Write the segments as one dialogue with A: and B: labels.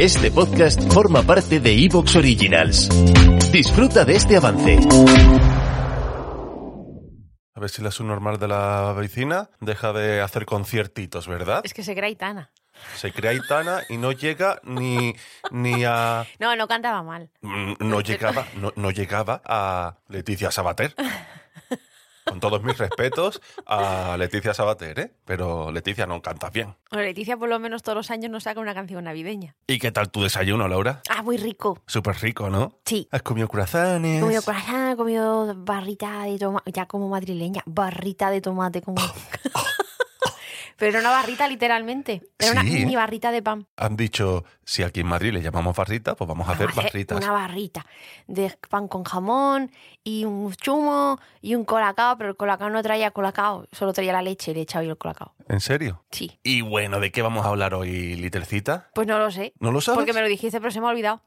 A: Este podcast forma parte de Evox Originals. Disfruta de este avance.
B: A ver si la subnormal de la vecina deja de hacer conciertitos, ¿verdad?
C: Es que se crea Itana.
B: Se crea Itana y no llega ni, ni a...
C: No, no cantaba mal.
B: mm, No llegaba, no, no llegaba a Leticia Sabater. Con todos mis respetos a Leticia Sabater, ¿eh? Pero Leticia no cantas bien.
C: Bueno, Leticia por lo menos todos los años nos saca una canción navideña.
B: ¿Y qué tal tu desayuno, Laura?
C: Ah, muy rico.
B: Súper rico, ¿no?
C: Sí.
B: Has comido curazanes.
C: He comido corazón, he comido barrita de tomate, ya como madrileña, barrita de tomate como...
B: Oh,
C: Pero era una barrita literalmente. Era una
B: Sí.
C: mini barrita de pan.
B: Han dicho, si aquí en Madrid le llamamos barrita, pues vamos a hacer
C: Vamos a hacer
B: barritas.
C: Una barrita de pan con jamón y un chumo y un colacao, pero el colacao no traía colacao, solo traía la leche, le echaba yo el colacao.
B: ¿En serio?
C: Sí.
B: Y bueno, ¿de qué vamos a hablar hoy, Littercita?
C: Pues no lo sé.
B: ¿No lo sabes?
C: Porque me lo dijiste, pero se me ha olvidado.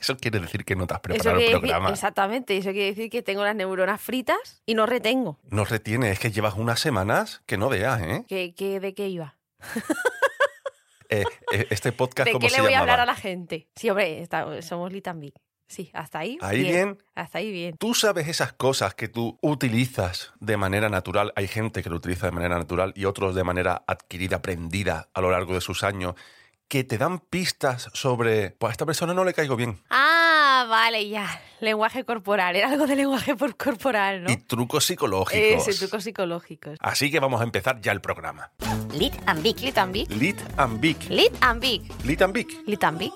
B: Eso quiere decir que no te has
C: Eso
B: preparado el
C: quiere decir-
B: programa.
C: exactamente, eso quiere decir que tengo las neuronas fritas y no retengo.
B: No retiene, es que llevas unas semanas que no veas, ¿eh?
C: ¿Qué, qué- de qué iba?
B: Eh, eh, este podcast,
C: ¿De
B: ¿cómo
C: qué
B: se
C: le voy a
B: llamaba?
C: hablar a la gente? Sí, hombre, está- somos Litambi. Sí, hasta ahí.
B: Ahí bien.
C: Hasta ahí bien.
B: Tú sabes esas cosas que tú utilizas de manera natural. Hay gente que lo utiliza de manera natural y otros de manera adquirida, aprendida a lo largo de sus años, que te dan pistas sobre, pues a esta persona no le caigo bien.
C: Ah, vale, ya. Lenguaje corporal. Era algo de lenguaje por- corporal, ¿no?
B: Y trucos psicológicos.
C: Ese, trucos psicológicos.
B: Así que vamos a empezar ya el programa.
C: Lit and Big. Lit and Big.
B: Lit and Vic.
C: Lit and Big.
B: Lit and Vic.
C: Lit and Big.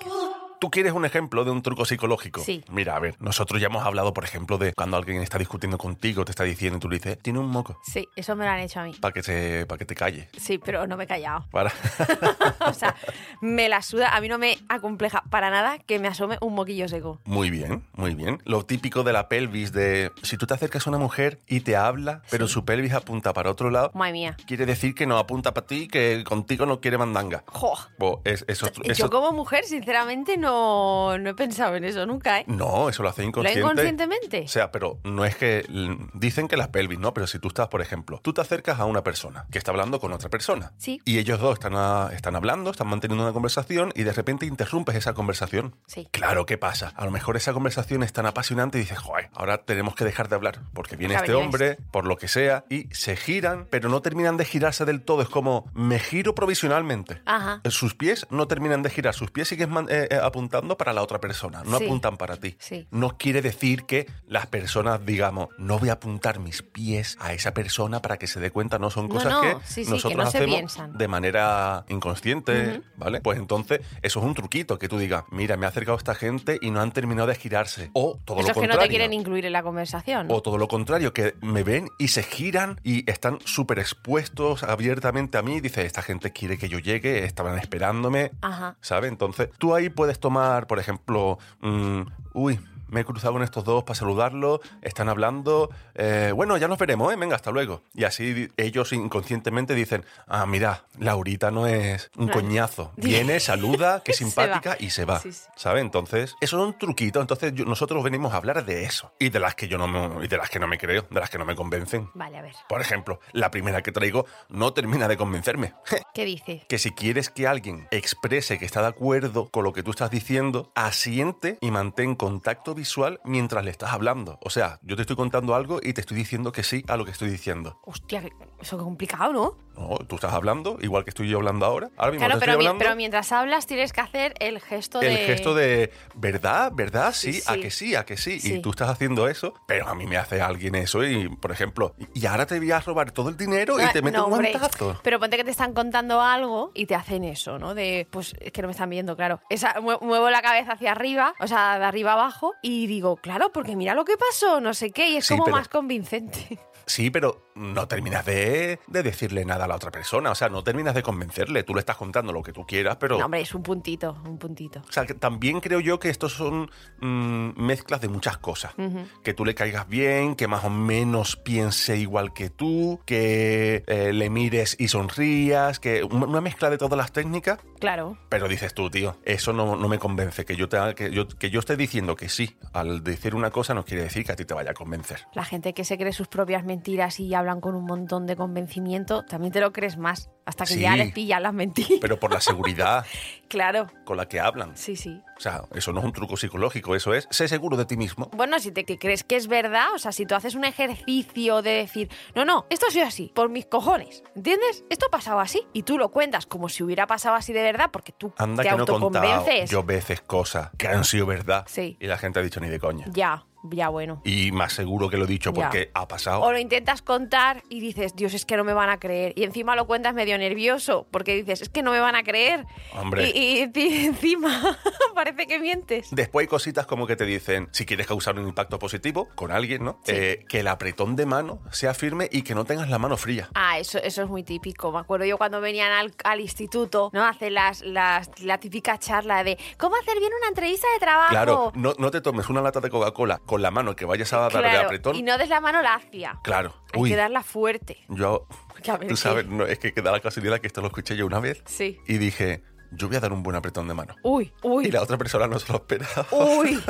B: ¿Tú quieres un ejemplo de un truco psicológico?
C: Sí.
B: Mira, a ver, nosotros ya hemos hablado, por ejemplo, de cuando alguien está discutiendo contigo, te está diciendo y tú le dices, tiene un moco,
C: Sí, eso me lo han hecho a mí.
B: para que, se- pa' que te calle.
C: Sí, pero no me he callado.
B: Para.
C: o sea, me la suda. A mí no me acompleja para nada que me asome un moquillo seco.
B: Muy bien, muy bien. Lo típico de la pelvis, de si tú te acercas a una mujer y te habla, pero su pelvis apunta para otro lado,
C: Madre mía.
B: quiere decir que no apunta para ti, que contigo no quiere mandanga.
C: Jo.
B: Pues es- eso, eso-
C: Yo como mujer, sinceramente, no, no he pensado en eso nunca, ¿eh?
B: No, eso lo hace
C: ¿Lo
B: inconsciente.
C: hago inconscientemente?
B: O sea, pero no es que l- dicen que las pelvis, ¿no? Pero si tú estás, por ejemplo, tú te acercas a una persona que está hablando con otra persona.
C: Sí.
B: Y ellos dos están, a- están hablando, están manteniendo una conversación y de repente interrumpes esa conversación.
C: Sí.
B: Claro, ¿qué pasa? A lo mejor esa conversación es tan apasionante y dices, joder, ahora tenemos que dejar de hablar porque viene
C: Porque
B: este
C: ha venido
B: hombre, por lo que sea, y se giran, pero no terminan de girarse del todo. Es como, me giro provisionalmente.
C: Ajá.
B: Sus pies no terminan de girar, sus pies siguen man- eh, eh, apuntando para la otra persona, no
C: Sí.
B: apuntan para ti.
C: Sí.
B: No quiere decir que las personas, digamos, no voy a apuntar mis pies a esa persona para que se dé cuenta, no son
C: No,
B: cosas
C: no,
B: que
C: sí, sí, que
B: nosotros
C: no se
B: hacemos
C: piensan.
B: de manera inconsciente, ¿vale? Pues entonces, eso es un truquito que tú digas, mira, me ha acercado esta gente y no han terminado de girarse. O todo
C: Esos
B: lo
C: que
B: contrario.
C: no te quieren incluir en la conversación.
B: O todo lo contrario, que me ven y se giran y están súper expuestos abiertamente a mí. Dice, esta gente quiere que yo llegue, estaban esperándome,
C: Ajá.
B: ¿sabes? Entonces, tú ahí puedes tomar, por ejemplo, mm, uy, me he cruzado con estos dos para saludarlos, están hablando, eh, bueno, ya nos veremos, ¿eh? venga, hasta luego. Y así di- ellos inconscientemente dicen, ah, mira, Laurita no es un
C: Claro.
B: coñazo. Viene, saluda, que es
C: Se
B: simpática
C: va.
B: y se va.
C: Sí, sí.
B: ¿Sabes? Entonces, eso es un truquito. Entonces, yo- nosotros venimos a hablar de eso. Y de las que yo no me, y de las que no me creo, de las que no me convencen.
C: Vale, a ver.
B: Por ejemplo, la primera que traigo no termina de convencerme.
C: ¿Qué dice?
B: que si quieres que alguien exprese que está de acuerdo con lo que tú estás diciendo, asiente y mantén contacto visual mientras le estás hablando. O sea, yo te estoy contando algo y te estoy diciendo que sí a lo que estoy diciendo.
C: Hostia, que- eso es complicado, ¿no?
B: No, tú estás hablando, igual que estoy yo hablando ahora. Ahora mismo te
C: Claro, pero,
B: estoy
C: mi-
B: hablando.
C: pero mientras hablas tienes que hacer el gesto de...
B: el gesto de verdad, verdad, sí,
C: Sí,
B: a
C: sí.
B: que sí, a que sí. Y
C: Sí.
B: tú estás haciendo eso, pero a mí me hace alguien eso y, por ejemplo, y ahora te voy a robar todo el dinero y
C: Ah,
B: te meto
C: no,
B: un
C: hombre.
B: guantazo.
C: Pero ponte que te están contando algo y te hacen eso, ¿no? De, pues es que no me están viendo, claro. Esa, mue- muevo la cabeza hacia arriba, o sea, de arriba abajo, y digo, claro, porque mira lo que pasó, no sé qué, y es
B: Sí,
C: como
B: pero-
C: más convincente.
B: Sí, pero no terminas de, de decirle nada a la otra persona. O sea, no terminas de convencerle. Tú le estás contando lo que tú quieras, pero.
C: No, hombre, es un puntito, un puntito.
B: O sea, que también creo yo que estos son mm, mezclas de muchas cosas.
C: Mm.
B: Que tú le caigas bien, que más o menos piense igual que tú, que eh, le mires y sonrías, que una una mezcla de todas las técnicas.
C: Claro.
B: Pero dices tú, tío, eso no, no me convence. Que yo, te, haga- que, yo, que yo esté diciendo que sí al decir una cosa no quiere decir que a ti te vaya a convencer.
C: La gente que se cree sus propias mentiras y hablan con un montón de convencimiento, también te lo crees más. Hasta que
B: Sí.
C: ya les pillan las mentiras.
B: Pero por la seguridad
C: Claro,
B: con la que hablan.
C: sí, sí.
B: O sea, eso no es un truco psicológico, eso es sé seguro de ti mismo.
C: Bueno, si te que crees que es verdad, o sea, si tú haces un ejercicio de decir, no, no, esto ha sido así, por mis cojones, ¿entiendes? Esto ha pasado así. Y tú lo cuentas como si hubiera pasado así de verdad, porque tú
B: Anda
C: te
B: que no he contado
C: autoconvences.
B: yo veces cosas que han sido verdad
C: Sí.
B: y la gente ha dicho ni de coña.
C: Ya, ya bueno.
B: Y más seguro que lo he dicho
C: Ya.
B: porque ha pasado.
C: O lo intentas contar y dices, Dios, es que no me van a creer. Y encima lo cuentas medio nervioso, porque dices, es que no me van a creer.
B: Hombre.
C: Y, y- y encima parece que mientes.
B: Después hay cositas como que te dicen, si quieres causar un impacto positivo con alguien, ¿no?
C: Sí.
B: Eh, que el apretón de mano sea firme y que no tengas la mano fría.
C: Ah, eso, eso es muy típico. Me acuerdo yo cuando venían al, al instituto, ¿no? Hacer las, las, la típica charla de ¿cómo hacer bien una entrevista de trabajo?
B: Claro, no, no te tomes una lata de Coca-Cola con la mano que vayas a dar de
C: Claro,
B: apretón.
C: Y no des la mano lacia.
B: Claro.
C: Hay
B: Uy.
C: que darla fuerte.
B: Yo,
C: Que a ver
B: tú
C: qué.
B: sabes, no, es que da la casualidad que esto lo escuché yo una vez
C: Sí.
B: y dije, yo voy a dar un buen apretón de mano.
C: Uy, uy.
B: Y la otra persona no se lo esperaba.
C: Uy.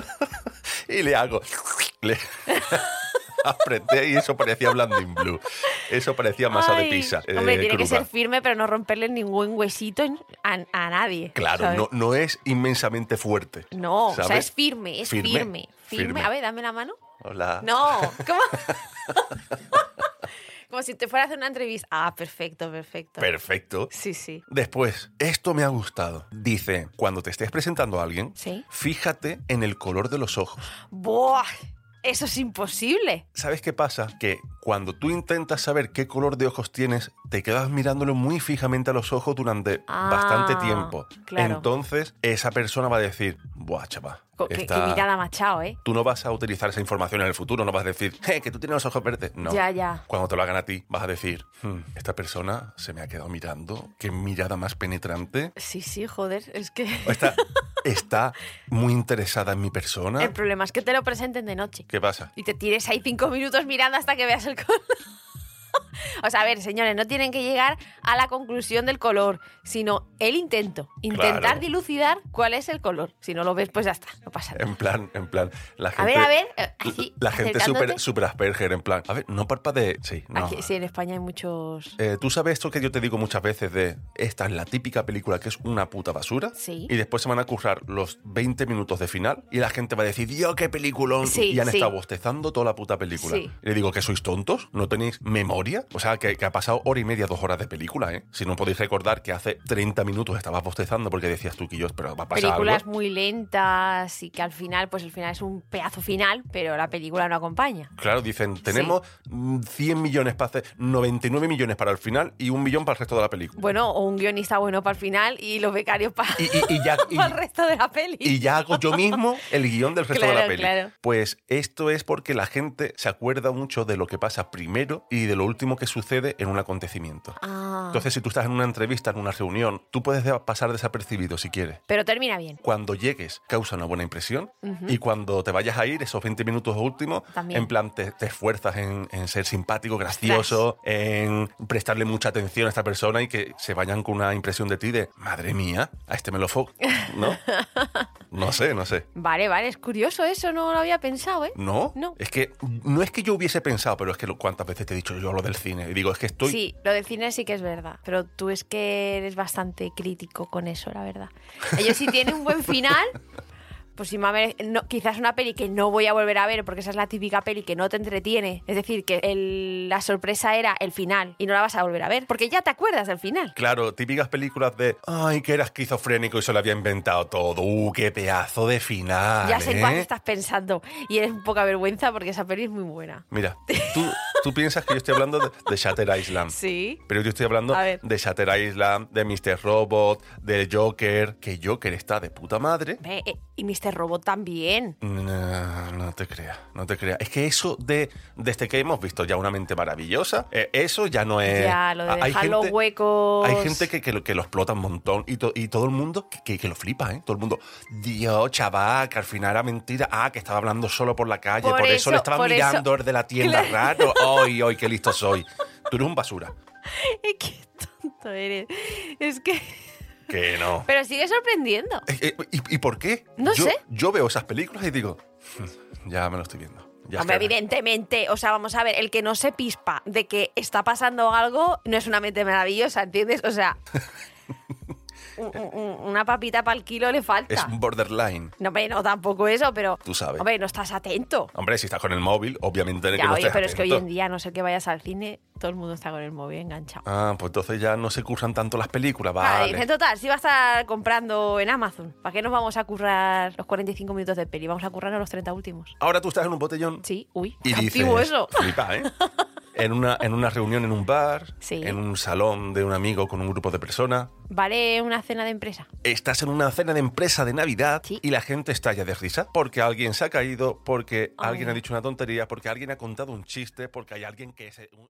B: y le hago. Le apreté y eso parecía Blanding Blue. Eso parecía masa
C: Ay.
B: de pizza. eh,
C: Hombre, tiene que
B: cruda.
C: ser firme, pero no romperle ningún huesito en- a, a nadie.
B: Claro,
C: ¿sabes?
B: no, no es inmensamente fuerte.
C: No, o sea,
B: ¿sabes?
C: es firme, es
B: Firme,
C: firme. Firme.
B: firme. Ah.
C: A ver, dame la mano.
B: Hola.
C: No, ¿cómo? Como si te fuera a hacer una entrevista. Ah, perfecto, perfecto.
B: Perfecto.
C: Sí, sí.
B: Después, esto me ha gustado. Dice, cuando te estés presentando a alguien,
C: Sí.
B: fíjate en el color de los ojos.
C: ¡Buah! Eso es imposible.
B: ¿Sabes qué pasa? Que cuando tú intentas saber qué color de ojos tienes, te quedas mirándolo muy fijamente a los ojos durante
C: Ah,
B: bastante tiempo.
C: claro.
B: Entonces, esa persona va a decir, buah, chaval.
C: Co- Que, que
B: esta-
C: mirada machao, ¿eh?
B: Tú no vas a utilizar esa información en el futuro, no vas a decir, "Eh, que tú tienes los ojos verdes. No.
C: Ya, ya.
B: Cuando te lo hagan a ti, vas a decir, "Hmm, esta persona se me ha quedado mirando, qué mirada más penetrante.
C: Sí, sí, joder. Es que
B: O Está, está muy interesada en mi persona.
C: el problema es que te lo presenten de noche.
B: ¿Qué pasa?
C: Y te tires ahí cinco minutos mirando hasta que veas el color. O sea, a ver, señores, no tienen que llegar a la conclusión del color, sino el intento. Intentar
B: Claro.
C: dilucidar cuál es el color. Si no lo ves, pues ya está, no pasa nada.
B: En plan, en plan. La gente,
C: A ver, a ver, eh, así,
B: La gente
C: acercándote.
B: súper super asperger, en plan. A ver, no parpadee. Sí, no.
C: Aquí- sí, en España hay muchos...
B: Eh, Tú sabes esto que yo te digo muchas veces de esta es la típica película que es una puta basura.
C: Sí.
B: Y después se van a currar los 20 minutos de final y la gente va a decir, Dios, qué película.
C: Sí,
B: y han
C: sí.
B: estado bostezando toda la puta película.
C: Sí.
B: Y le digo que sois tontos, no tenéis memoria. O sea, que, que ha pasado hora y media, dos horas de película, ¿eh? Si no podéis recordar que hace 30 minutos estabas bostezando porque decías tú que yo, pero va a pasar
C: películas
B: algo.
C: muy lentas y que al final, pues el final es un pedazo final, pero la película no acompaña.
B: Claro, dicen, tenemos mm, 100 millones para hacer 99 millones para el final y un millón para el resto de la película.
C: Bueno, o un guionista bueno para el final y los becarios para
B: Y, y- y ya, y-
C: el resto de la peli.
B: y ya hago yo mismo el guión del resto de la
C: Claro,
B: peli.
C: claro.
B: Pues esto es porque la gente se acuerda mucho de lo que pasa primero y de lo último que sucede en un acontecimiento.
C: Ah,
B: Entonces, si tú estás en una entrevista, en una reunión, tú puedes de- pasar desapercibido si quieres.
C: pero termina bien.
B: Cuando llegues, causa una buena impresión.
C: Ujú.
B: Y cuando te vayas a ir, esos 20 minutos últimos,
C: También.
B: en plan, te, te esfuerzas en, en ser simpático, gracioso, en prestarle mucha atención a esta persona y que se vayan con una impresión de ti de, madre mía, a este me lo fo-", ¿No? no sé, no sé.
C: Vale, vale, es curioso eso, no lo había pensado, ¿eh?
B: ¿No?
C: No.
B: Es que no es que yo hubiese pensado, pero es que lo- cuántas veces te he dicho yo lo del cine. Y digo, es que estoy.
C: Sí, lo del cine sí que es verdad, pero tú es que eres bastante crítico con eso, la verdad. Ellos si tienen un buen final, pues si me va a ver- no, quizás una peli que no voy a volver a ver, porque esa es la típica peli que no te entretiene. Es decir, que el- la sorpresa era el final y no la vas a volver a ver, porque ya te acuerdas del final.
B: Claro, típicas películas de ay, que era esquizofrénico y se lo había inventado todo. Uh, qué pedazo de final.
C: ya sé en cuál
B: ¿eh?".
C: estás pensando y eres un poca vergüenza porque esa peli es muy buena.
B: Mira, tú, tú piensas que yo estoy hablando de, de Shatter Island.
C: Sí.
B: Pero yo estoy hablando
C: A ver.
B: de Shatter Island, de Mr. Robot, de Joker, que Joker está de puta madre.
C: Ve, eh, Y Mr. Robot también.
B: No, Mm, ah, no te creas, no te creas. Es que eso de desde que hemos visto ya una mente maravillosa, eh, eso ya no es. Ah,
C: ya, lo de
B: hay
C: dejar los
B: gente-
C: huecos.
B: Hay gente que, que lo, que lo explota un montón y, to- y todo el mundo que, que- que lo flipa, ¿eh? Todo el mundo, Dios, chaval, que al final era mentira. Ah, que estaba hablando solo por la calle, por,
C: Por
B: eso, le
C: eso,
B: estaba
C: por eso.
B: mirando el de la tienda raro. ¡Ay, ay, qué listo soy! Tú eres un basura.
C: Qué tonto eres. Es que.
B: Que no.
C: Pero sigue sorprendiendo.
B: Eh, eh, ¿Y, y por qué?
C: No
B: yo,
C: sé.
B: Yo veo esas películas y digo, "Hmm, ya me lo estoy viendo. Ya
C: Hombre,
B: está.
C: evidentemente, o sea, vamos a ver, el que no se pispa de que está pasando algo no es una mente maravillosa, ¿entiendes? O sea, un- un- una papita para el kilo le
B: Es
C: falta.
B: un borderline.
C: No, hombre, no, tampoco eso, pero.
B: Tú sabes.
C: Hombre, no estás atento.
B: Hombre, si estás con el móvil, obviamente que
C: Ya,
B: no
C: oye,
B: estés
C: pero es que hoy en
B: atento.
C: día, a no sé que vayas al cine, todo el mundo está con el móvil enganchado.
B: Ah, pues entonces ya no se cursan tanto las películas,
C: Claro,
B: Ah, vale.
C: dicen, total, si va a estar comprando en Amazon, ¿para qué nos vamos a currar los 45 minutos de peli? Vamos a currar a los 30 últimos.
B: Ahora tú estás en un botellón
C: Sí, uy,
B: y
C: qué
B: dices,
C: antiguo eso.
B: flipa, ¿eh? En una, en una reunión en un bar,
C: Sí.
B: en un salón de un amigo con un grupo de personas.
C: Vale una cena de empresa.
B: Estás en una cena de empresa de Navidad
C: Sí.
B: y la gente estalla de risa porque alguien se ha caído, porque
C: Ay.
B: alguien ha dicho una tontería, porque alguien ha contado un chiste, porque hay alguien que es un-